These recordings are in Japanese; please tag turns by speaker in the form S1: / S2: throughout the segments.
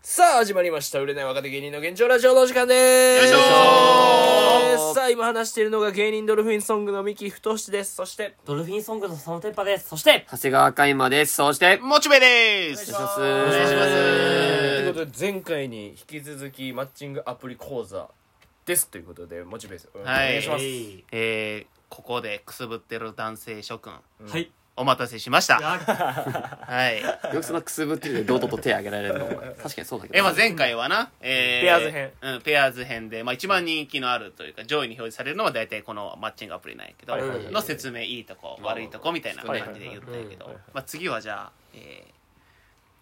S1: さあ、始まりました。売れない若手芸人の現状ラジオのお時間でーす。
S2: よいし
S1: ょさあ、今話しているのが芸人ドルフィンソングの三木太志です。そして、
S3: ドルフィンソングの佐野鉄パです。そして、
S2: 長谷川海馬です。そして、
S4: モチベです
S2: お
S1: お
S2: 願いします
S1: ということで、前回に引き続きマッチングアプリ講座ですということで、モチベース。お
S4: はい
S1: 願いします。
S4: えー、ここでくすぶってる男性諸君
S3: はい。
S4: お待たせしました
S3: あ
S4: はい
S2: よくそんなくすぶってるで堂々と手挙げられるの。 お前確かにそうだけど。
S4: えまあ、前回はな、え
S1: ペアーズ編、
S4: うん、ペアーズ編で、まあ、一番人気のあるというか上位に表示されるのは大体このマッチングアプリなんやけど、
S1: はいはいはいはい
S4: の説明いいとこ悪いとこみたいな
S2: はい
S4: 感じで言ったんやけど、
S1: はいはいはい
S4: まあ、次はじゃあ、え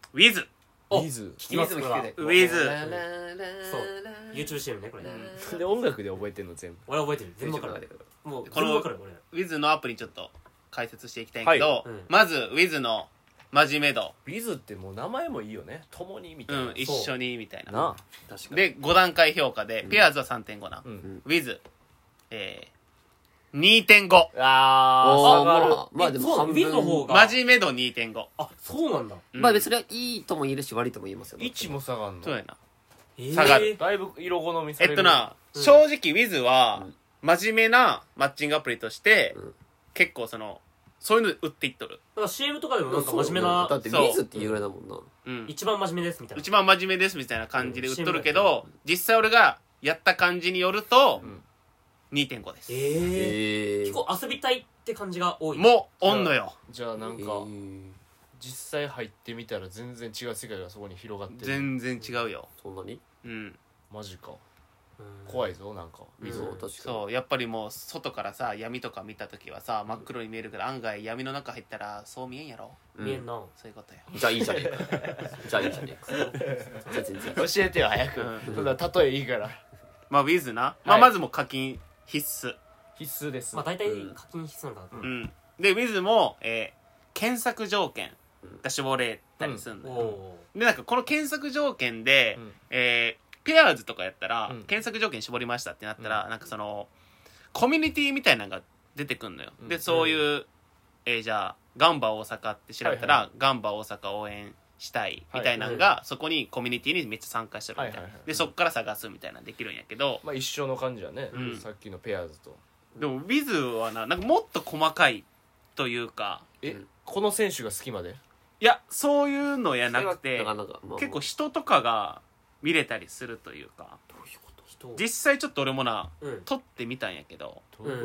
S4: ー、ウィズ
S3: お
S1: リズ
S3: 聞きます
S2: ウィズ
S3: こ
S2: も
S3: れは
S2: 聞けて
S4: ウィズ
S3: そう。YouTubeCM ね、これ。
S1: で、音楽で覚えてんの全部。
S3: 俺覚えてる。全部わか
S2: ちょっと待
S3: る
S2: って。
S3: もう、
S4: この
S3: 全部わかる、俺。
S4: ウィズのアプリちょっと解説していきたいんやけど、
S1: はい
S3: うん
S4: まずウィズの真面目度、
S1: リズってもう名前もいいよね。共にみた
S4: う
S1: いな。
S4: ん、一緒にみたいな
S1: なあ。
S2: 確かに。
S4: で5段階評価で、ペアーズは3.5な、
S1: うん。
S4: ウィズえー、2.5
S1: あ
S2: お
S1: ー、
S2: ー
S1: 下がる。
S2: まあ、まあ
S3: え
S2: でも
S3: そう
S2: 半
S3: ウィズの方
S2: 分。
S3: が
S4: 真面目度2.5
S3: あ、そうなんだ。
S4: うん
S2: まあ別にいいとも言えるし悪いとも言えますよ。
S1: 位置も下がん
S4: そう
S1: の。
S4: やな
S3: えー
S4: 下がる
S1: だいぶ色好みさ
S4: え
S1: れる。
S4: っと。な、
S3: うん
S4: 正直ウィズは真面目なマッチングアプリとして、
S2: うん
S4: 結構そのそういうの打っていっとる、
S3: なんか CM とかでもなんか
S2: そう
S3: 真面目
S2: だ
S3: な
S2: っ、て
S4: そう
S2: 水って言うぐらいだもんな。
S4: うん、
S3: 一番真面目ですみたいな。
S4: 一番真面目ですみたいな感じで打っとるけど、
S3: う
S4: 実際俺がやった感じによると、
S1: うん
S4: 2.5です、
S3: ええ。
S2: え
S3: 結構遊びたいって感じが多い。
S4: もうおんのよ
S1: じゃあなんか、
S2: え
S1: 実際入ってみたら全然違う世界がそこに広がってる。
S4: 全然違うよ、
S2: そんなに
S4: うん、
S1: マジか。
S3: うん。
S1: 怖いぞ、なんか。
S2: 水
S3: うん
S2: を確かに。
S4: そうやっぱりもう外からさ闇とか見た時はさ真っ黒に見えるけど案外闇の中入ったらそう見えんやろ
S2: うん
S3: 見えんな。
S4: そういうことよ
S2: じゃあいいじゃねえか。じゃあいいじゃねえか。じゃあ全然。
S1: 教えてよ、早く。
S4: うん
S1: そんな例えいいから。
S4: まあ Wiz な、まあ、まずもう課金必須、
S1: 必須です。
S3: まあ大体
S2: うん
S3: 課金必須なんだ
S4: う
S3: な。
S4: んで Wiz も、えー検索条件
S2: うん
S4: が絞れたりする
S3: お
S4: のよ、
S3: お
S4: でなんかこの検索条件で、
S1: うん
S4: えーペアーズとかやったら、
S1: うん
S4: 検索条件絞りましたってなったら、なんかそのコミュニティみたいなのが出てくんのよ、
S1: うん
S4: でそういう、えーじゃあガンバ大阪って調べたら、
S1: はい
S4: ガンバ大阪応援したいみたいなのが、そこにコミュニティにめっちゃ参加してるみたい
S1: は
S4: な、
S1: いはいはい
S4: でそっから探すみたいなのできるんやけど、
S1: まあ一緒の感じやね、
S4: うん
S1: さっきのペアーズと
S4: でも Wiz はななんかもっと細かいというか
S1: え、
S2: うん
S1: この選手が好きまで
S4: いやそういうのやなくて
S2: なかなか、まあ、
S4: 結構人とかが見れたりするというか
S3: 人を
S4: 実際ちょっと俺もな
S3: うん。
S4: 撮ってみたんやけど
S1: ど
S3: うん。
S2: うん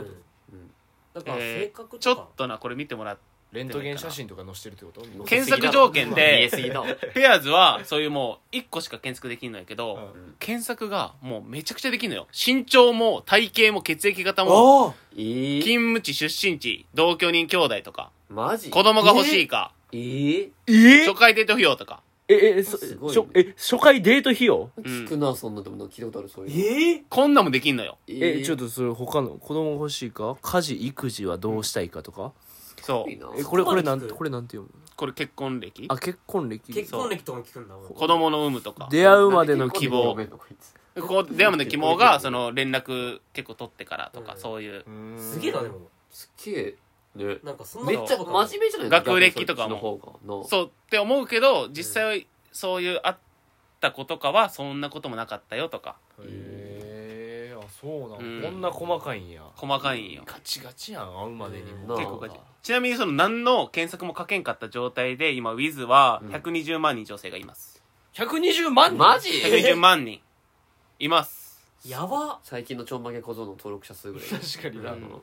S3: なんか
S4: えー
S3: 性格
S4: ちょ
S3: と
S4: っ
S3: か。
S4: となこれ見てもらっ
S1: レントゲン写真とか載してるってこと
S4: 検索条件で
S2: 見えすぎだわ
S4: てペアーズはそういうもう1個しか検索できんのやけど、
S1: うん
S4: 検索がもうめちゃくちゃできんのよ身長も体型も血液型も
S3: おお
S2: えー、
S4: 勤務地出身地同居人兄弟とか
S2: マジ
S4: 子供が欲しいか、
S2: えー、
S1: え
S4: 初回デート費用とか
S1: ええそ
S2: すごいね
S1: 初え初回デート費用
S2: 聞くなそんなでもなんか聞いたことあるそういうの
S3: ええ
S4: こんなんもできんのよ
S1: えちょっ
S2: と
S1: とそれ他の子供欲しいか家事育児はどうしたいかとか、
S4: そう
S1: え
S2: え
S1: これ
S3: そ
S1: こ
S3: こま
S1: れ
S3: で
S1: なん
S3: 聞く
S1: これなんて読む
S4: これ結婚歴
S1: あ結婚歴
S3: 結婚歴とかも聞くんだもん。
S4: 子供の有無とか
S1: 出会うまでの希望
S4: こう電話の希望がその連絡結構取ってからとか、
S3: うん
S4: そういう
S3: すげえな、でも。
S2: すっげえね
S3: なんかそんな
S2: めっちゃ
S3: こと
S2: 真面目じゃない
S4: 学歴とかも
S2: 逆にそっちの方がな
S4: そうって思うけど実際はそういうあった子とかはそんなこともなかったよとか
S1: へえあそうな
S4: うんん
S1: こんな細かいんや
S4: 細かいんよ
S1: ガチガチやん会うまでに
S2: うん
S1: も
S2: 結
S4: 構ガチ
S1: あ
S4: ちなみにその何の検索もかけんかった状態で今 Wiz は120万人女性がいます、
S1: 120万人
S2: マジ
S4: 120万人います
S3: やば
S2: 最近のちょんまげ小僧の登録者数ぐら い
S1: 確かにな、
S4: うん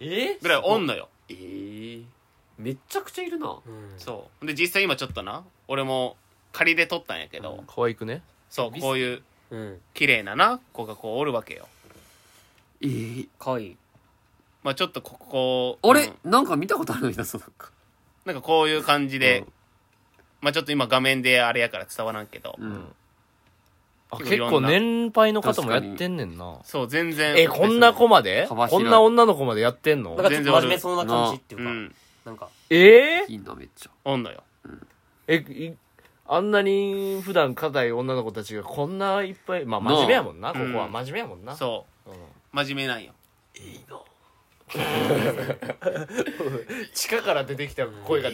S1: え
S4: ぐらいおんのよ
S2: えー、めっちゃくちゃいるな
S3: うん
S4: そうで実際今ちょっとな俺も仮で撮ったんやけど、
S2: うん
S1: 可愛くね
S4: そうこういう
S3: うん
S4: 綺麗なな子がこうおるわけよ
S2: えー、
S3: かわいい
S4: まあちょっとここ
S2: あれ、
S4: うん
S2: なんか見たことあるんだそうなんか
S4: なんかこういう感じで、
S2: うん
S4: まあちょっと今画面であれやから伝わらんけど、
S2: うん
S1: あ
S4: 結構
S1: 結構年配の方もやってんねんな
S4: そう全然
S1: えこんな子まで
S2: 幅
S1: こ
S2: 広い
S1: んな女の子までやってんの
S3: なんかちょっと真面目そうな感じっていううか、
S4: ん
S3: なんか
S1: えー
S2: いいなめっちゃ
S4: おんのよ
S1: えいあんなに普段硬い女の子たちがこんないっぱいまあ
S2: なあ
S1: 真面目やもんなここは
S4: うん
S1: 真面目やもんな
S4: そう
S1: うん
S4: 真面目なんよ
S2: いいな
S1: 地下から出てきた声が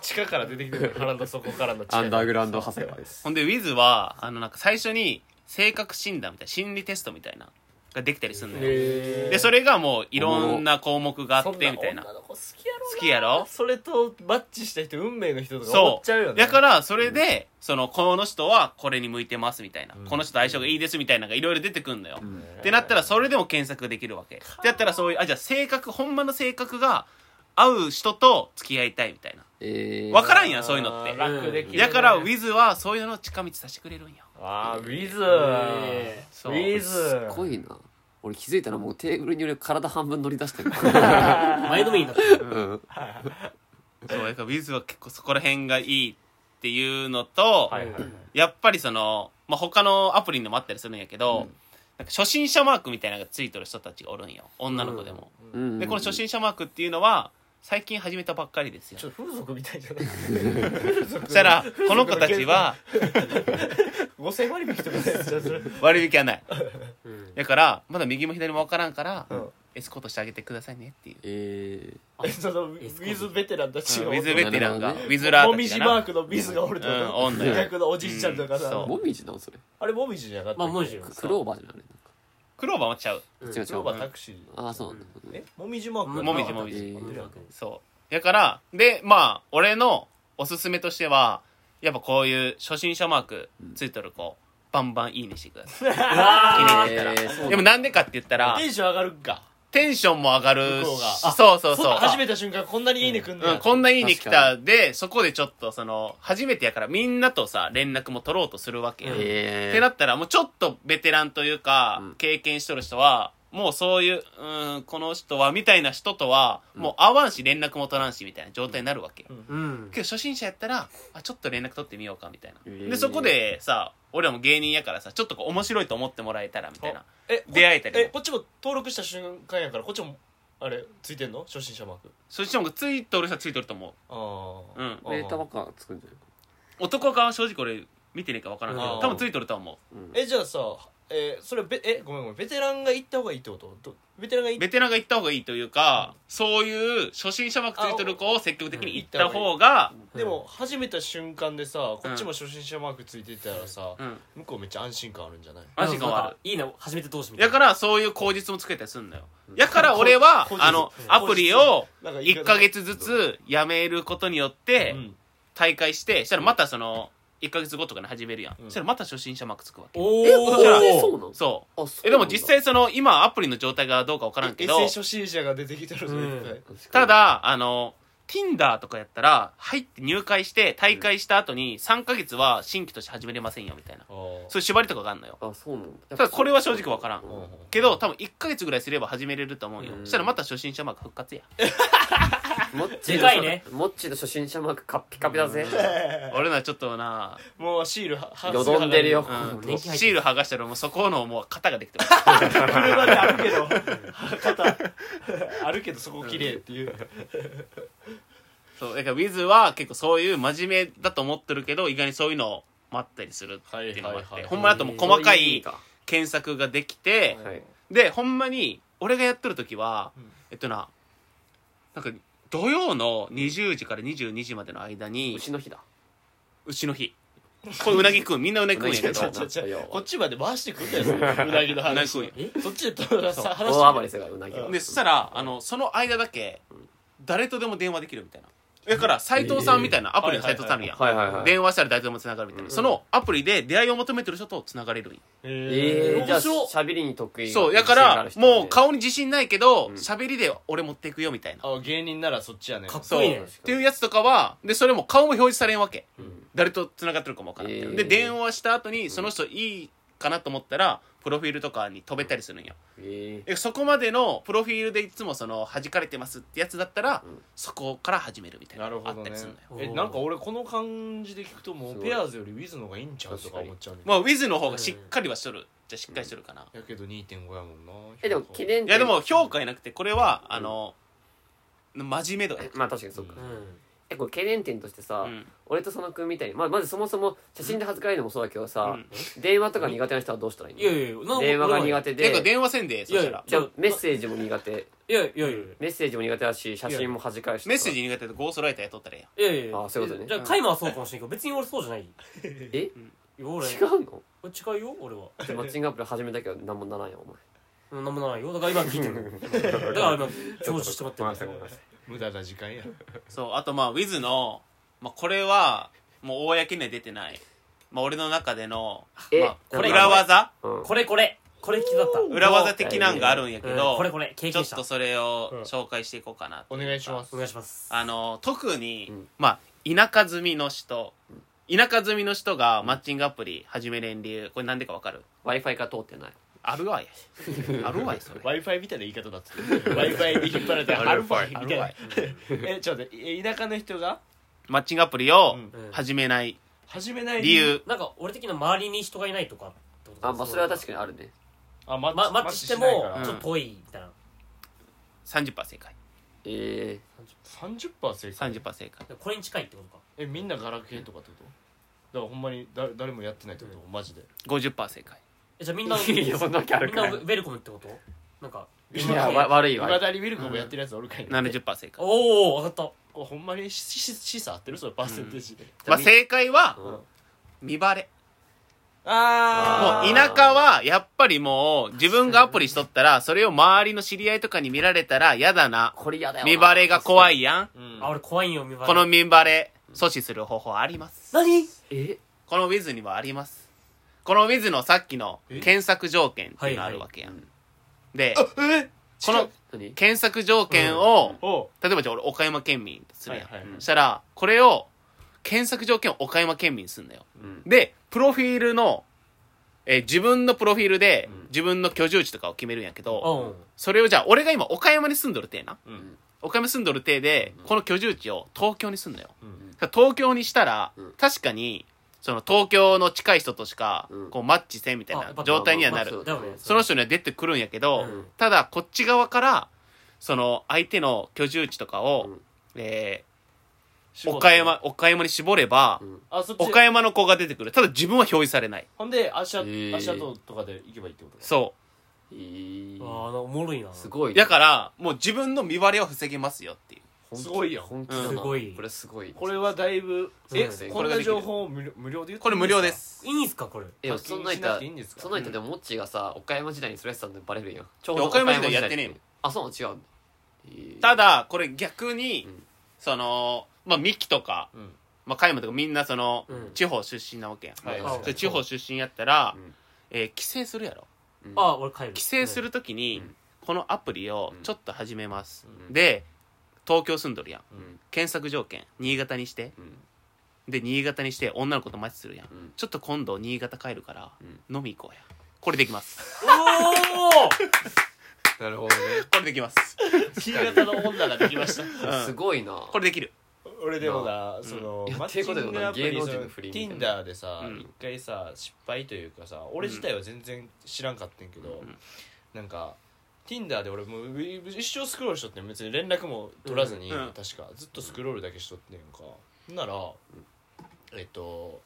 S1: 地下から出てきた腹の底からの地下
S2: アンダーグラウンド長谷川です
S4: ほんでウィズはあのなんか最初に性格診断みたいな心理テストみたいなができたりするのよ
S1: へ
S4: でそれがもういろんな項目があってみたいな
S1: そん女の子好きやろな
S4: 好きやろ
S1: それとマッチした人運命の人とか思
S4: そ
S1: っちゃうよ
S4: う
S1: ね
S4: だからそれでそのこの人はこれに向いてますみたいなこの人と相性がいいですみたいなのがいろいろ出てくんのよってなったらそれでも検索できるわけってやったらそういうあじゃあ性格ほんまの性格が合う人と付き合いたいみたいな
S2: えー
S4: わからんやんそういうのって
S1: あー楽できるね
S4: だからウィズはそういうのを近道させてくれるんや
S1: ああウィズウ
S3: え
S4: そう
S1: ィ
S2: すっご
S1: ズ
S2: いな俺気づいたらもうテーブルにより体半分乗り出して る
S3: 前のめりになってる
S2: うん
S4: そうだからウィズは結構そこら辺がいいっていうのと、
S1: はいはい
S4: やっぱりその、まあ、他のアプリのもあったりするんやけど、なんか初心者マークみたいなのがついてる人たちがおるんよ女の子でも、
S2: うん
S4: でこの初心者マークっていうのは最近始めたばっかりですよ
S1: ちょっと風俗みたいじゃない
S4: そしたらこの子たちは
S1: 5000割引とかやっちゃうそれ
S4: 割引はない
S3: うん
S4: だからまだ右も左も分からんから、
S1: ん
S4: エスコートしてあげてくださいねっていう、
S2: え
S1: えそのウィズベテランたち
S4: う
S1: が
S4: んウィズベテランが、
S2: なるほど
S4: ウ
S2: ね
S4: ィズラー
S1: も
S4: た
S1: み
S4: ち
S1: じ
S4: が
S1: マ
S4: な
S1: ークのビズがおるって
S4: うん
S1: こ
S4: おん
S1: と
S4: のよ
S1: 逆のおじいちゃんとか
S4: うん
S1: さ
S4: そ
S2: ー、もみじなのそれ
S1: あれもみじじゃなか
S3: まあ
S1: ったっ
S3: 文
S1: け
S3: 字よ
S2: クローバーじゃない
S4: クローバーもちゃう
S3: うん
S2: 違う違
S1: それ
S2: う
S1: はタクシー
S2: ああそうなんだ、
S1: えもみじマーク
S4: もみじもみ
S2: え
S4: じ
S2: ー
S4: そう。だから、で、まあ、俺のおすすめとしては、やっぱこういう初心者マークついてる子、バンバンいいねしてくださ い。気に入ってたら。
S2: えーそうなんだ
S4: でもなんでかって言ったら
S1: テ、ンション上がるんか
S4: テンションも上がる
S1: 向こうが
S4: し、そうそうそう。
S1: 始めた瞬間こんなにいいねくんだ
S4: うん、こんないいね来たで、そこでちょっとその、初めてやからみんなとさ、連絡も取ろうとするわけよ。っ
S2: え
S4: てなったら、もうちょっとベテランというか、
S2: うん
S4: 経験しとる人は、もうそういう、うん、この人は、みたいな人とは、もう会わんし連絡も取らんし、みたいな状態になるわけよ。
S3: うん
S4: けど初心者やったらあちょっと連絡取ってみようかみたいな、
S2: えー
S4: でそこでさ俺らも芸人やからさちょっとこう面白いと思ってもらえたらみたいな
S1: え
S4: 出会えたりも
S1: えこっちも登録した瞬間やからこっちもあれついてんの初心者マーク
S4: そっちの方がついとる人はついとると思
S1: ああ
S4: うん
S2: ー、メータばっか作るんじゃないう
S4: 男側は正直俺見てねえか分からんけ
S1: う
S4: ど
S1: ん
S4: 多分ついとると思
S1: えじゃあさえそれべえごめんごめんベテランが行った方がいいってことどベテランが
S4: う
S1: 行っ
S4: ベテランが行った方がいいというかそういう初心者枠ついとる子を積極的に行った方が
S1: でも始めた瞬間でさこっちも初心者マークついてたらさ
S4: うん
S1: 向こうめっちゃ安心感あるんじゃない
S4: マジかわかる
S3: いいな初めて同士みた
S4: や
S3: い
S4: か
S3: な
S4: らそういう口実もつけたりすんのよやから俺は
S1: 口実
S4: あの
S1: うん
S4: アプリを
S1: なんか言い方
S4: 1ヶ月ずつやめることによって、
S1: うん
S4: 大会してしたらまたその1か月後とかに始めるやん、
S1: うん
S4: そしたらまた初心者マークつくわけ
S3: おー
S2: えそうなの
S4: そう
S2: あそう
S4: えでも実際その今アプリの状態がどうか分からんけ
S1: エ
S4: ど
S1: セ初心者が出てきたらそれいっぱい
S4: ただあの Tinder とかやったら入って入会して大会した後に3か月は新規として始めれませんよみたいな
S1: あー
S4: そういう縛りとかがあるのよ
S2: あそうなん
S4: た
S2: だ
S4: だこれは正直分からん
S1: うん
S4: けど多分1か月ぐらいすれば始めれると思うよ
S2: うん
S4: したらまた初心者マーク復活や
S2: モッチーの
S3: でかいね
S2: モッチーの初心者マークカッピカピだぜ
S4: 俺のはちょっとな、
S1: もうシールは
S2: よどんでるよ
S4: うん、
S3: 年季入ってる
S4: シール剥がしたらもうそこのもう型ができてます
S1: 車である けど肩あるけどそこ綺麗っていう
S4: そうだからウィズは結構そういう真面目だと思ってるけど意外にそういうのもあったりするっていうのもあって、
S1: はいはいはい
S4: ほんまだともう細かい検索ができて、
S2: はい
S4: でほんまに俺がやってる時は、
S1: ん
S4: えっとななんか土曜の20時から22時までの間に
S2: 牛の日だ
S4: 牛の日これうなぎ食うみんなうなぎ食うん やけど
S1: 違う違う違うこっちまで回してくん だよそのうなぎの
S4: うなぎ
S1: 話
S4: 食うんや
S1: えそっちでたらさ話
S2: 大暴れせがうなぎ は
S4: でそしたらあのその間だけ誰とでも電話できるみたいなだから斎藤さんみたいな、アプリの斎藤さんあるやん、
S2: はいはいはい
S4: 電話したら誰とでもつながるみたいな、そのアプリで出会いを求めてる人とつながれるんよ
S1: え
S2: え
S1: ー
S2: ー、じゃあ
S1: 面白っ
S2: しゃべりに得意
S4: そう、やか
S2: 自信があ
S4: ら
S2: る、人
S4: もう
S2: で
S4: 顔に自信ないけど、喋、りで俺持っていくよみたいな。っ
S1: あ芸人ならそっちやね
S3: かっ
S4: そ
S3: こ
S4: う
S3: いいね
S4: ていうやつとかは、で、それも顔も表示されんわけ。
S2: ん
S4: 誰と繋がってるかもわからんけど
S2: えー
S4: で、電話した後に、その人いいかなと思ったら、プロフィールとかに飛べたりするんよ。
S2: え
S4: えそこまでのプロフィールでいつもその、弾かれてますってやつだったら、そこから始めるみたいな。
S1: なるほ
S4: あ
S1: ど
S4: った
S1: ね
S4: りするのよ。
S1: えなんか俺この感じで聞くとも
S2: す
S1: う
S2: ごい
S1: ペアーズよりウィズの方がいいんちゃうとか思っちゃうんだけ
S4: まあ、ウィズの方がしっかりはしとる。じゃあしっかりしとるかな。
S1: どやけど2.5やもんな
S2: ーえでも記念
S4: い
S2: 点
S4: や、でも評価じゃなくて、これは、あの、真面目度や。
S2: まあ確かにそうか
S3: うん
S2: えこれ懸念点としてさ、
S4: うん
S2: 俺と佐野くんみたいに、まあ、まずそもそも写真で恥ずかしいのもそうだけどさ、
S4: うん
S2: 電話とか苦手な人はどうしたらいいの
S3: いやいやいやな
S2: 電話が苦手
S4: てか
S2: で
S4: 電話せんでそしたら
S2: じゃあメッセージも苦手
S3: いやいやいやい
S2: メッセージも苦手だし写真も恥ずかしい
S4: メッセージ苦手でゴーストライターやっとったらええやん
S3: やいやいや
S2: あそういうことね
S3: じゃあカイマはそうかもしれんけど別に俺そうじゃない
S2: え
S3: いや俺
S2: 違うの
S3: 違うよ俺は
S2: でマッチングアプリ始めたけど何もならんやんお前
S3: うんなんもないよだから今聞いてるだから今表示してもらって
S1: ごめんなさい
S3: る
S1: ごめんなさい無駄な時間や
S4: そうあとまあ Wiz の、まあ、これはもう公には出てない、まあ、俺の中での、
S2: え
S4: まあ、
S2: これ
S4: 裏技
S2: うん
S3: これこれこれ聞きだった
S4: 裏技的なんがあるんやけ
S3: う
S4: ど
S3: んこれこれ経
S4: ちょ
S3: 験
S4: っ
S3: 者
S4: とそれを紹介していこうかな
S1: お願いし ます
S3: お願いします
S4: あの特に、
S2: うん
S4: まあ田舎住みの人田舎住みの人がマッチングアプリ始めれん理由これなんでかわかる
S2: w i f i が通ってない
S4: ある わいあるわいそれ
S1: w i f i みたいな言い方 だって w i f i に引っ張られてアルファみ
S4: あ
S1: た
S4: る
S1: い
S4: わ
S1: ないえちょっと待ってえ田舎の人が
S4: マッチングアプリを
S1: うん
S3: うん
S4: 始めない
S1: 始めない
S4: 理由
S3: なんか俺的な周りに人がいないとかってこと
S2: あまあそれは確
S3: か
S2: かにあるね
S1: あマッチ,、
S3: マッチして
S1: ないか
S3: も
S1: ら
S3: ちょっと遠いみたいな
S4: 30%正解
S2: え
S1: 30%正解
S4: 30%正解
S3: これに近いってことか
S1: えみんなガラケーとかってことだからほんまにだ誰もやってないってことマジで
S4: 50%正解
S3: えじゃあみんな
S2: ー、いやそんなわけある
S3: みんな
S2: か
S3: ウ
S2: い
S3: ェウェルコムってことなんか
S2: いやわ悪い
S1: い
S2: わ
S1: まだにウィルコもやってるやつおるかいな、
S4: 70%正解
S3: おお分かった
S1: これほんまにししし差合ってるそれパーセンテージで、
S4: まあ正解は
S2: うん
S4: 見バレ
S1: あ
S4: もう
S2: ー
S4: 田舎はやっぱりもう自分がアプリしとったらそれを周りの知り合いとかに見られたら嫌だな
S2: これやだよな
S4: 見バレが怖いやん
S1: うん
S3: あ俺怖いよ見バレ
S4: この見バレ阻止する方法あります
S3: 何
S2: え
S4: この Wiz にはありますこの Wiz のさっきの
S1: え
S4: 検索条件っていうのがあるわけやん、
S1: え
S4: でこの
S2: 何
S4: 検索条件を、
S1: お
S4: 例えばじゃあ俺岡山県民とするやん、
S1: はいはい
S4: そしたらこれを検索条件を岡山県民にすんだよ
S2: うん
S4: でプロフィールの、えー自分のプロフィールで
S1: うん
S4: 自分の居住地とかを決めるんやけど、
S3: うん
S4: それをじゃあ俺が今岡山に住んどる体な
S1: うん
S4: 岡山住んどる体でこの居住地を東京にすんのよ
S1: うん
S4: 東京にしたら、
S2: うん
S4: 確かにその東京の近い人としか、
S2: うん
S4: こうマッチせんみたい
S3: あやっぱ
S4: な状態にはなる、
S2: まあまあ
S3: だよね
S4: その人には出てくるんやけど、
S3: うん
S4: ただこっち側からその相手の居住地とかを、
S2: うん
S4: えー
S1: 絞って
S4: 岡山岡山に絞れば、
S2: うん
S1: あそっち
S4: 岡山の子が出てくるただ自分は表示されない
S1: ほんで足跡、
S2: えー
S1: 足跡とかで行けばいいってことか
S4: そ
S2: えー
S3: あーなんかおもろいな
S2: すご
S4: う
S2: い
S4: だからもう自分の見バレを防げますよっていう
S2: 本気
S1: すごいやん
S2: 本気だな
S3: うんすごい
S2: これすごい
S1: これはだいぶえ
S3: そう
S1: こんな情報を無料無料で言って
S4: これ無料です
S3: いいんすかこれ
S2: えそんなん言っ
S1: 課金しなく
S2: たら
S1: ていいんですか
S2: そんなん言ったらでもモッチーがさ岡山時代にそれやってたのバレるよちょ
S4: いや岡山時代やってねえもん
S2: あそうなの違うんだえー
S4: ただこれ逆に、
S2: うん
S4: そのまあミキとか、
S1: うん
S4: まあ、加山とかみんなその、
S3: うん
S4: 地方出身なわけやん、
S1: はい
S2: あ
S4: それ地方出身やったら、
S2: うん
S4: えー帰省するやろ
S2: うん
S3: あ俺帰る
S4: 帰省するときに、
S2: うん
S4: このアプリをちょっと始めます、
S2: うん
S4: で東京住んどるやん
S2: うん
S4: 検索条件新潟にして
S2: うん
S4: で新潟にして女の子とマッチするやん、
S2: うん
S4: ちょっと今度新潟帰るから、
S2: う
S4: 飲み行こうやこれできます
S3: お
S1: なるほどね
S4: これできます、
S1: 新潟の女ができました
S4: うん
S2: すごいな
S4: これできる
S1: 俺でもなその
S2: いや
S1: マッチングアプリ
S2: っていう
S1: そ
S2: ことでもな芸能人
S1: の
S2: の不倫みたいな
S1: Tinder でさ
S4: うん
S1: 一回さ失敗というかさ俺自体は全然知らんかったんけど
S4: ん
S1: なんか Tinder で俺もう一生スクロールしとってん別に連絡も取らずに
S4: うん
S1: 確かずっとスクロールだけしとってんやんかほんならえっと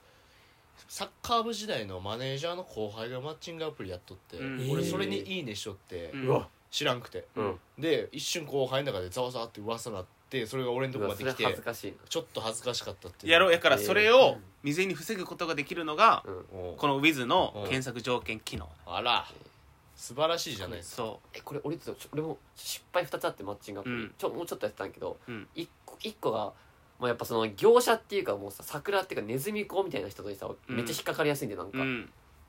S1: サッカー部時代のマネージャーの後輩がマッチングアプリやっとって
S4: うん
S1: 俺それに「いいね」しとって
S4: うん
S3: ーうわ
S1: 知らんくて
S2: うん
S1: で一瞬後輩の中でざわざわって噂なってそれが俺のと
S2: う
S1: こ
S2: わ
S1: ま
S2: そ
S1: で
S2: れ
S1: 来
S2: は恥
S1: て
S2: ずかしいな
S1: ちょっと恥ずかしかったっていう
S4: やろうやから
S2: えー
S4: それを未然に防ぐことができるのが、
S2: うん
S1: おう
S4: この Wiz の検索条件機能、
S1: あら素晴らしいじゃないですか
S4: そ
S2: えこれ俺ちょ俺も失敗2つあってマッチングアプリ、
S4: うん
S2: ちょもうちょっとやってたんやけど、
S4: うん
S2: 一個一個が、まあ、やっぱその業者っていうかもうさ桜っていうかネズミ講みたいな人とさ
S4: うん
S2: めっちゃ引っかかりやすいんでなん
S4: う
S2: か、
S4: うん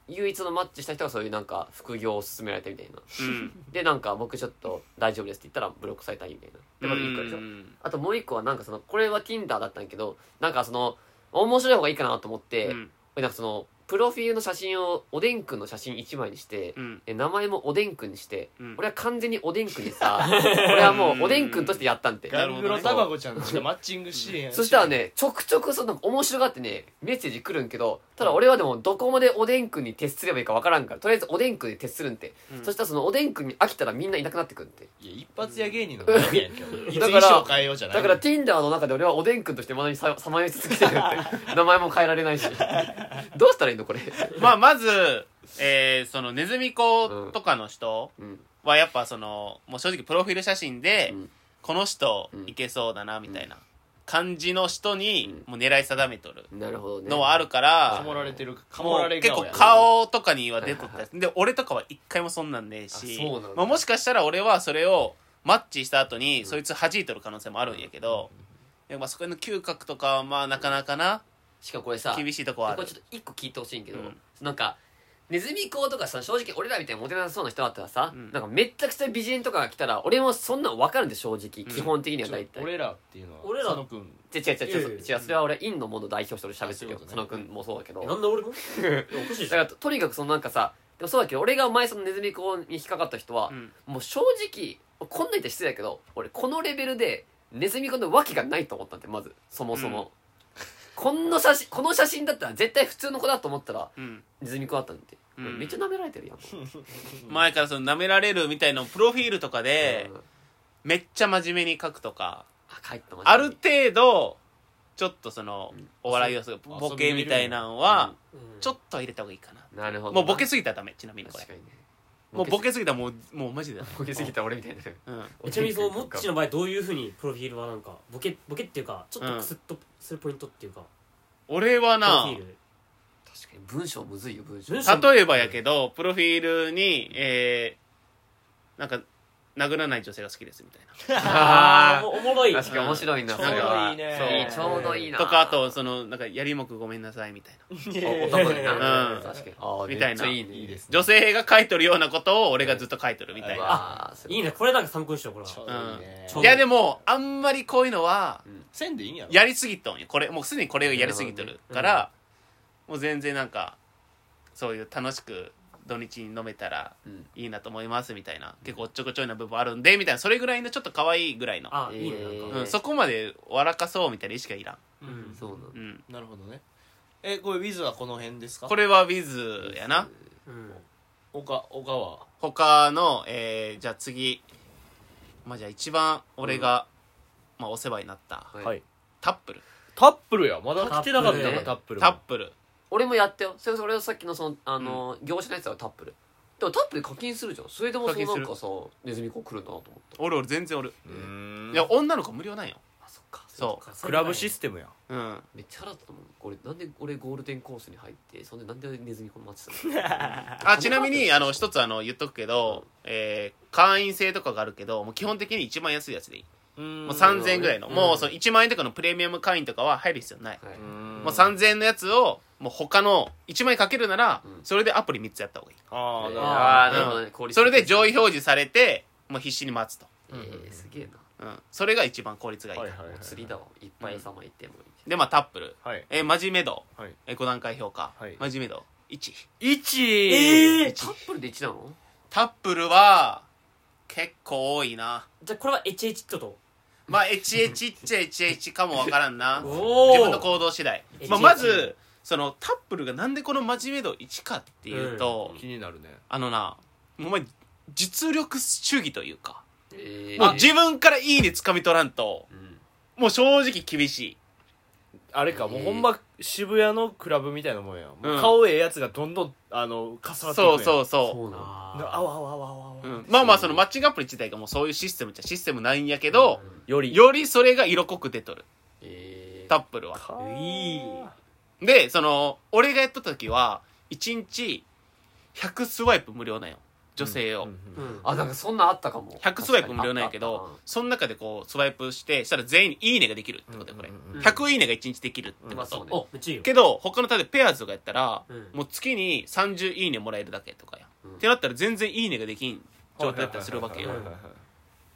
S2: 唯一のマッチした人がそういうなんか副業を勧められてみたいな
S4: うん
S2: でなんか僕ちょっと大丈夫ですって言ったらブロックされたりみたいな でまず1個でしょ、
S4: うん
S2: あともう1個はなんかそのこれは Tinder だったんやけどなんかその面白い方がいいかなと思って、
S4: うん
S2: なんかそのプロフィールの写真をおでんくんの写真1枚にして、
S4: うん
S2: え名前もおでんくんにして、
S4: うん
S2: 俺は完全におでんくん にさ俺はもうおでんくんとしてやったんて
S4: なる
S5: ガ
S4: ほどね
S5: ングロタバコちゃんとしかマッチングしへん
S2: そしたらねちょくちょくその面白がってねメッセージ来るんけどただ俺はでもどこまでおでんくんに徹すればいいかわからんからとりあえずおでんくんに徹するんて、
S4: うん
S2: そしたらそのおでんくんに飽きたらみんないなくなってくんて
S5: いや一発屋芸人の悩みやんけ俺いつ
S2: だ
S5: 衣
S2: から
S5: 装変えようじゃない
S2: だから Tinder の中で俺はおでんくんとしてまだにささまよい続けてるって名前も変えられないしどうしたらいいのこれ
S4: まあまず、えーそのネズミ子とかの人
S2: うん
S4: はやっぱそのもう正直プロフィール写真で、
S2: うん
S4: この人いけそうだなみたいな感じの人にもう狙い定めとる
S2: なるほどね
S4: のはあるか、
S5: からもられてるかも
S4: も
S5: ら
S4: う
S5: れ
S4: 結
S5: 顔
S4: 構
S5: やな
S4: 顔とかには出とったやつで俺とかは一回もそんなんねえし
S2: あそうなんだ
S4: まあ、もしかしたら俺はそれをマッチした後にそいつ弾いとる可能性もあるんやけど、でもまあそこへの嗅覚とかはまあなかなかな
S2: しかもこれさ
S4: 厳しいとこはあ
S2: こ
S4: る
S2: れちょっと一個聞いてほしいんけど、
S4: うん
S2: なんかネズミ講とかさ正直俺らみたいにモテなさそうな人だったらさ、
S4: うん
S2: なんかめっちゃくちゃ美人とかが来たら俺もそんなん分かるんで正直、
S4: うん
S2: 基本的には
S5: ちょ
S2: 大体
S5: 俺らっていうのは
S3: 俺ら
S5: 佐野君
S2: 違う違う違う
S3: い
S2: 違う
S3: やいや
S2: 違うそれは俺インのもの代表して俺喋ってるよ
S5: あそういうことね
S2: 佐野君もそうだけど
S3: なんだ俺もいやおかしい
S2: だ
S3: じ
S2: か
S3: ゃん
S2: らととにかくそのなんかさでもそうだけど俺が前そのネズミ講に引っかかった人は
S4: う、ん
S2: もう正直こんなん言ったら失礼だけど俺このレベルでネズミ講の脇がないと思ったんでまずそもそも、
S4: うん
S2: こんな写真この写真だったら絶対普通の子だと思ったら
S4: うん
S2: ネズミ子だったんで、
S4: うん
S2: めっちゃ舐められてるやん、
S4: 前からその舐められるみたいなプロフィールとかで
S2: うん
S4: めっちゃ真面目に書くとか
S2: あ帰った
S4: ある程度ちょっとそのお笑い要素ボケみたいなのは
S3: うん
S4: ちょっと入れた方がいいかな
S2: なるほど
S4: もうボケ
S2: す
S4: すぎたらダメちなみにこ
S2: 確か
S4: れ
S2: にね
S4: もうボケすぎたらもうもうマジでダメ
S2: ボケすぎた俺みたいな
S4: うん
S3: ちなみにそのモッチの場合どういうふうにプロフィールはなんかボケボケっていうかちょっとクスッとするポイントっていうか、
S4: 俺は
S3: プロ
S4: な
S3: フィール
S2: 確かに文章むずいよ文章
S3: 文章
S4: 例えばやけどプロフィールにえー、なんか殴らない女性が好きですみたい
S3: あーおもろい
S2: 確かに面白いな
S3: うん
S2: それ
S5: ちょうど
S2: は
S5: いいね
S2: そうちょうどいいな
S4: なとかあとそのなんかやりもくごめんなさいみたいな
S2: お男でな、
S4: うん
S2: 確かにあー
S4: みたいな
S2: めっちゃいいね
S5: いいですね
S4: 女性が書いとるようなことを俺がずっと書いとるみたいな
S2: ああ
S3: いいねこれなんか参考にしようこれ
S5: ちょ
S3: は
S5: うどいいね
S3: うん
S4: いやでもあんまりこういうのは
S5: せんでいいんやろ
S4: やりすぎとんよこれもうすでにこれをやりすぎとるからもう全然なんかそういう楽しく土日に飲めたら
S2: うん
S4: いいなと思いますみたいな結構おっちょこちょいな部分あるんでみたいなそれぐらいのちょっと可愛いぐらいの
S3: あ
S2: えー
S3: いいねなんか
S4: うん、そこまで笑かそうみたいな意識はいらん、
S3: うん
S2: そうなの
S4: うん、
S5: なるほどねえこれウィズはこの辺ですか
S4: こ
S5: れ
S4: れは Wiz やな
S3: うん
S5: 岡岡は
S4: 他の、えー、じゃあ次まあじゃあ一番俺が、まあ、お世話になった、
S2: はい
S5: はい
S4: タップル
S5: タップルやまだ
S3: 来てなかった
S2: よね
S5: タップル
S4: タップル
S2: 俺もやったよそれそれはさっきのそのあの、業者のやつはタップルでもタップル課金するじゃんそれでもそのなんかさネズミ子来るなと思った
S4: 俺俺全然俺、
S5: うーん
S4: いや女の子無料なんよ
S2: あそっか
S4: そ
S5: クラブシステムやん
S4: ううん
S2: めっちゃ腹立ったもん俺なんで俺ゴールデンコースに入ってそんでなんでネズミ子待ってたの
S4: あちなみにあの一つあの言っとくけど、えー会員制とかがあるけどもう基本的に一番安いやつでいい、
S5: も
S4: もう3000円ぐらいの、
S3: うん
S4: もうその1万円とかのプレミアム会員とかは入る必要ない、
S2: はい
S4: もう3000円のやつをもう他の1枚かけるなら、
S2: うん
S4: それでアプリ3つやった方がいい
S5: あーなるほ
S2: あーなる
S5: ど
S2: ほどね効率的
S4: それで上位表示されてもう必死に待つと、
S2: えー、すげえな
S4: うん、それが一番効率がいい、
S5: はいはいはい
S2: お釣りだわいっぱい様いてもいい
S4: でまあタップル、
S5: はい
S4: えー真面目度、
S5: はい
S4: えー、5段階評価、
S5: はい
S4: 真面目度1
S5: 1
S3: えー
S2: タップルで1なの
S4: タップルは結構多いな
S3: じゃあこれは HH ってこと
S4: まあエチエチっちゃエチエチかもわからんな自
S3: おー
S4: 分の行動次第、まあ、
S3: HH
S4: まずそのタップルがなんでこの真面目度1かっていうと、
S5: 気になるね
S4: あのなお前実力主義というか
S2: えー、
S4: もう自分からいいね掴み取らんと
S2: うん
S4: もう正直厳しい
S5: あれかもうほんま渋谷のクラブみたいなもんやもううん顔ええやつがどんどんあの重なっていくん
S4: そう
S5: や
S4: そうそ
S2: そうなの
S5: な
S3: あ
S5: あわあわあわあわ
S4: う、う
S5: わ
S4: ん、まあまあそのマッチングアプリ自体がもうそういうシステムっちゃシステムないんやけど、
S5: より
S4: よりそれが色濃く出とる
S2: えー、
S4: タップルは
S3: あいい
S4: でその俺がやっとった時は1日100スワイプ無料なんよ女性を、
S3: うん
S2: あなんかそんなあったかも
S4: 100スワイプ無料なんやけどその中でこうスワイプしてしたら全員いいねができるってことよこれ
S5: うん
S3: うん
S4: 100いいねが1日できるって
S2: でも
S4: こ
S2: そ
S4: と
S2: うね
S3: おめっちゃいいよ
S4: けど他の例えばペアーズとかやったら
S3: うん
S4: もう月に30いいねもらえるだけとかや
S2: うん
S4: ってなったら全然いいねができん状態だったりするわけよ
S5: はいはいはいは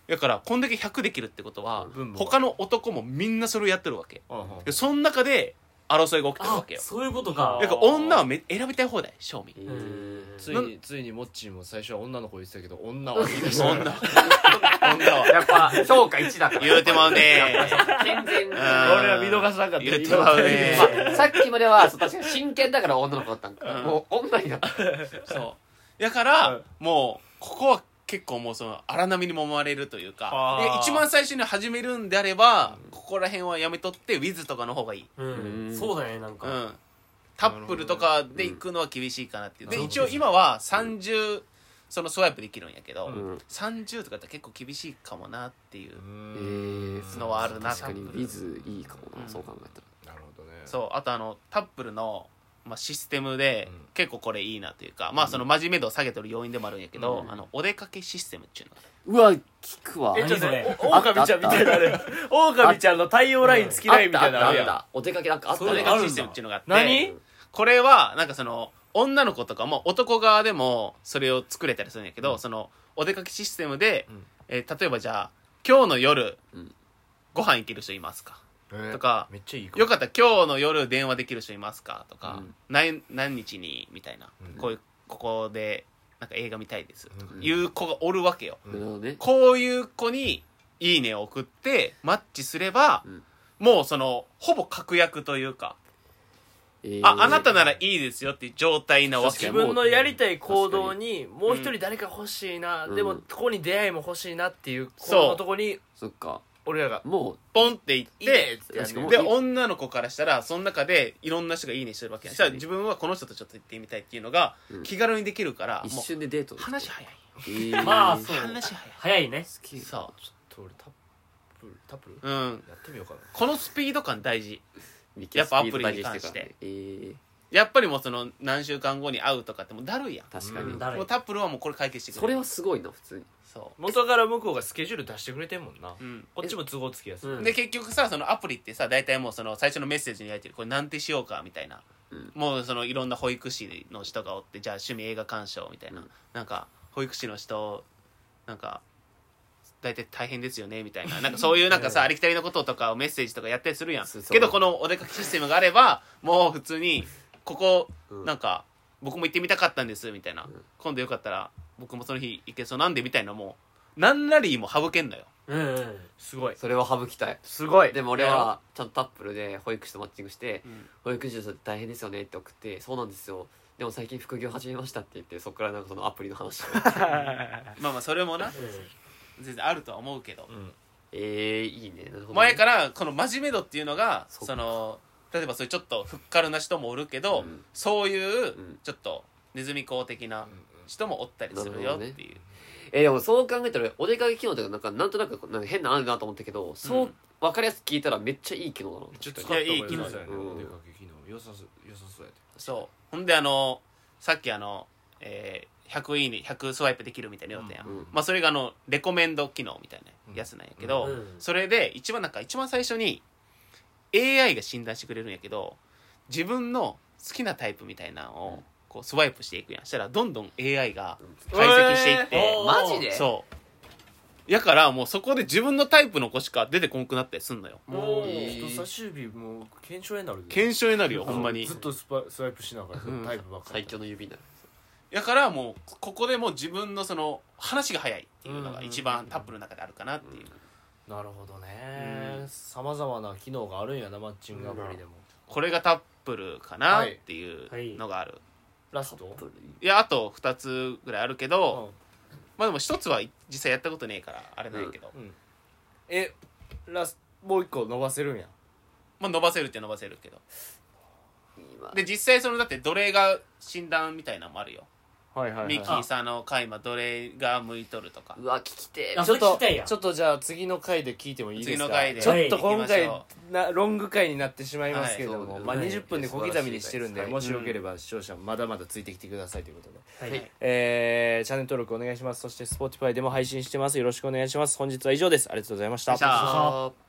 S5: い
S4: だからこんだけ100できるってことは
S5: うん
S4: 他の男もみんなそれをやってるわけ
S5: うんうん
S4: でその中で争いが起きてる
S3: あ
S4: わけよ
S3: そういうことか
S4: だから女はめ選びたい放題賞味
S3: うん
S5: つい
S4: な
S5: についにモッチーも最初は女の子言ってたけど女は言い出した
S4: 女女は
S2: やっぱ評価1だから
S4: 言うてまう ね
S2: 健全
S4: うん
S5: 俺は見逃さなかった
S4: 言うてまうね
S2: まあさっきまではそう確かに真剣だから女の子だったんか、
S4: うん
S2: もう女になった
S4: そうだから、もうここは結構もうその荒波に揉まれるというか
S1: あー
S4: で一番最初に始めるんであれば、ここら辺はやめとってウィズとかの方がいい、
S3: うん
S2: うん
S3: そうだねなん
S4: う
S3: か
S4: ん、タップルとかで行くのは厳しいかなっていう、
S3: う
S4: で
S3: ん
S4: 一応今は30、そのスワイプできるんやけど、
S2: うん
S4: 30とかだって結構厳しいかもなっていう、
S2: えー
S4: のはあるな
S2: 確かに
S4: 多分
S2: ビズいいかもな、
S4: うん
S2: そう考えたら
S5: なるほどね
S4: そうあとあのタップルの、まあ、システムで、
S5: うん
S4: 結構これいいなというかまあその真面目度を下げてる要因でもあるんやけど、
S2: うん
S4: あのお出かけシステムっていうのが
S2: うわ聞くわ
S1: えちょっ
S3: 何それ
S1: とオオカミちゃんみたいなあれオオカミちゃんの太陽ライン尽きないみたいな
S2: あ
S1: あ
S2: っ
S1: れや
S2: たあっ
S1: ん
S2: たお出かけなんかあった
S3: そ
S4: お
S3: れ
S4: 出
S2: ね
S4: か
S3: ある
S4: け
S3: んだ
S4: システムっていうのがあって
S1: 何
S4: これはなんかその女の子とかも男側でもそれを作れたりするんやけど、そのお出かけシステムで、
S5: うん
S4: えー例えばじゃあ今日の夜、
S2: うん
S4: ご飯行ける人いますか
S5: え
S4: とか
S5: めっちゃいいかも
S4: よかったら今日の夜電話できる人いますかとか、
S2: うん
S4: 何何日にみたいな、
S5: うん
S4: こういうここでなんか映画見たいですとか
S5: うん
S4: いう子がおるわけよ、
S5: た
S2: なるほどね
S4: こういう子に「いいね」を送ってマッチすれば、
S2: うん
S4: もうそのほぼ確約というか、
S2: えー
S4: ああなたならいいですよっていう状態なわ
S1: 自
S4: けよ
S1: 分のやりたい行動にもう一人誰か欲しいな、
S2: うん
S1: でもここに出会いも欲しいなっていう子
S4: そう
S1: のとこに
S2: そっか
S1: 俺らが
S2: もう
S4: ポンって行っ
S1: 「いいね
S4: て」
S1: ってや
S2: 確かに
S1: る
S4: で女の子からしたらその中でいろんな人が「いいね」してるわけやんしたら自分はこの人とちょっと行ってみたいっていうのが
S2: うん
S4: 気軽にできるから、
S2: 一
S4: も
S2: 瞬でデート
S4: う話早い
S2: えー
S3: まあそう
S4: 話早い
S3: 早いね
S2: 好き
S4: そ
S5: ちょっと俺タップルタップル
S4: ううん
S5: やってみようかな
S4: このスピード感大事
S2: や
S4: っぱアプリに関して
S2: えー
S4: やっぱりもうその何週間後に会うとかってもうだるいやん
S2: 確か
S5: う
S2: に
S5: ん
S3: だるい
S4: もうタップルはもうこれ解決してくれ
S2: そ
S4: る
S2: れはすごいな普通に
S4: そ
S1: 元から向こうがスケジュール出してくれてんもんな
S4: う、うん、
S1: こっちも都合つきやすい、
S3: うん
S4: で結局さそのアプリってさ大体もうその最初のメッセージに入ってるこれなんてしようかみたいな、
S2: うん
S4: もうそのいろんな保育士の人がおってじゃあ趣味映画鑑賞みたいな、
S2: うん
S4: なんか保育士の人なんか大体大変ですよねみたいななんかそういうなんかさありきたりのこととかをメッセージとかやったりするやん
S2: そうそう
S4: けどこのお出かけシステムがあればもう普通にここなんか僕も行ってみたかったんですみたいな、今度よかったら僕もその日行けそうなんでみたいなもう何なりも省けんのよ
S3: うんうん
S1: すごい
S2: それは省きたい
S1: すごい
S2: でも俺
S4: やろ
S2: はちゃんとタップルで保育士とマッチングして
S4: うん
S2: 保育士の人って大変ですよねって送ってそうなんですよでも最近副業始めましたって言ってそっからなんかそのアプリの話
S4: まあまあそれもな
S3: うん
S4: 全然あるとは思うけど、
S5: うん
S2: えー、いいねなるほどね
S4: 前からこの真面目度っていうのが
S2: そ
S4: そう
S2: か
S4: の例えばそういうちょっとふっかるな人もおるけど、
S2: うん
S4: そういう
S2: うん
S4: ちょっとネズミ講的な人もおったりするよっていう、
S2: えーでもそう考えたらお出かけ機能とかなんかなんとなくなんか変なのあるなと思ったけどそう、
S4: うん
S2: 分かりやすく聞いたらめっちゃいい機能だな
S5: ちょっと
S4: いやいい
S5: 機能だよね
S2: うん
S5: お出かけ機能良さそう良さそうやで
S4: そうほんであのさっきあの、えー100いいね100スワイプできるみたいなのやったやん、
S2: うん
S4: まあ、それがあのレコメンド機能みたい
S5: うん
S4: なやつなんやけど、
S3: うん
S4: それで一番なんか一番最初に AI が診断してくれるんやけど自分の好きなタイプみたいなのをこうスワイプしていくやんしたらどんどん AI が解析していって、
S3: えー
S2: マジで
S4: そうやからもうそこで自分のタイプの子しか出てこんくなったりすんのよ
S1: もう
S2: えー
S1: 人差し指もう検証になるで
S4: 検証になるよほんまに
S1: ずっとスパスワイプしながら
S4: うん
S1: タイプばっかり
S2: 最強の指になる
S4: やからもうここでもう自分のその話が早いっていうのが一番タップの中であるかなっていう
S1: なるほどねさまざまな機能があるんやなマッチングアプリでも、
S4: これがタップルかなっていうのがある、
S1: ラスト
S2: アプ
S4: い、やあと2つぐらいあるけど、
S1: うん
S4: まあでも1つは実際やったことねえからあれないけど、
S1: えラスもう一個伸ばせるんや
S4: まあ伸ばせるって伸ばせるけど
S2: リいいわ
S4: で実際そのだって奴隷が診断みたいなのもあるよ、
S1: はいは
S4: ミキーさんの回も奴隷が向いとるとか
S2: うわ聞きてえ
S3: あ
S1: ちょっ
S3: それ聞
S1: と
S3: きたいやん
S1: ちょっとじゃあ次の回で聞いてもいいですか
S4: 次の回で
S1: ちょっと今
S4: はい
S1: 回
S4: 行
S1: なロング回になってしまいますけれども、
S2: はい
S1: まあ、
S2: そうですね
S1: 20分で小刻みにしてるんで、
S2: はい
S1: もしよければ視聴者まだまだついてきてくださいということで、
S3: はい
S2: はい
S1: えーチャンネル登録お願いしますそして Spotify でも配信してますよろしくお願いします本日は以上ですありがとうございました
S4: ありがとうございました
S2: あー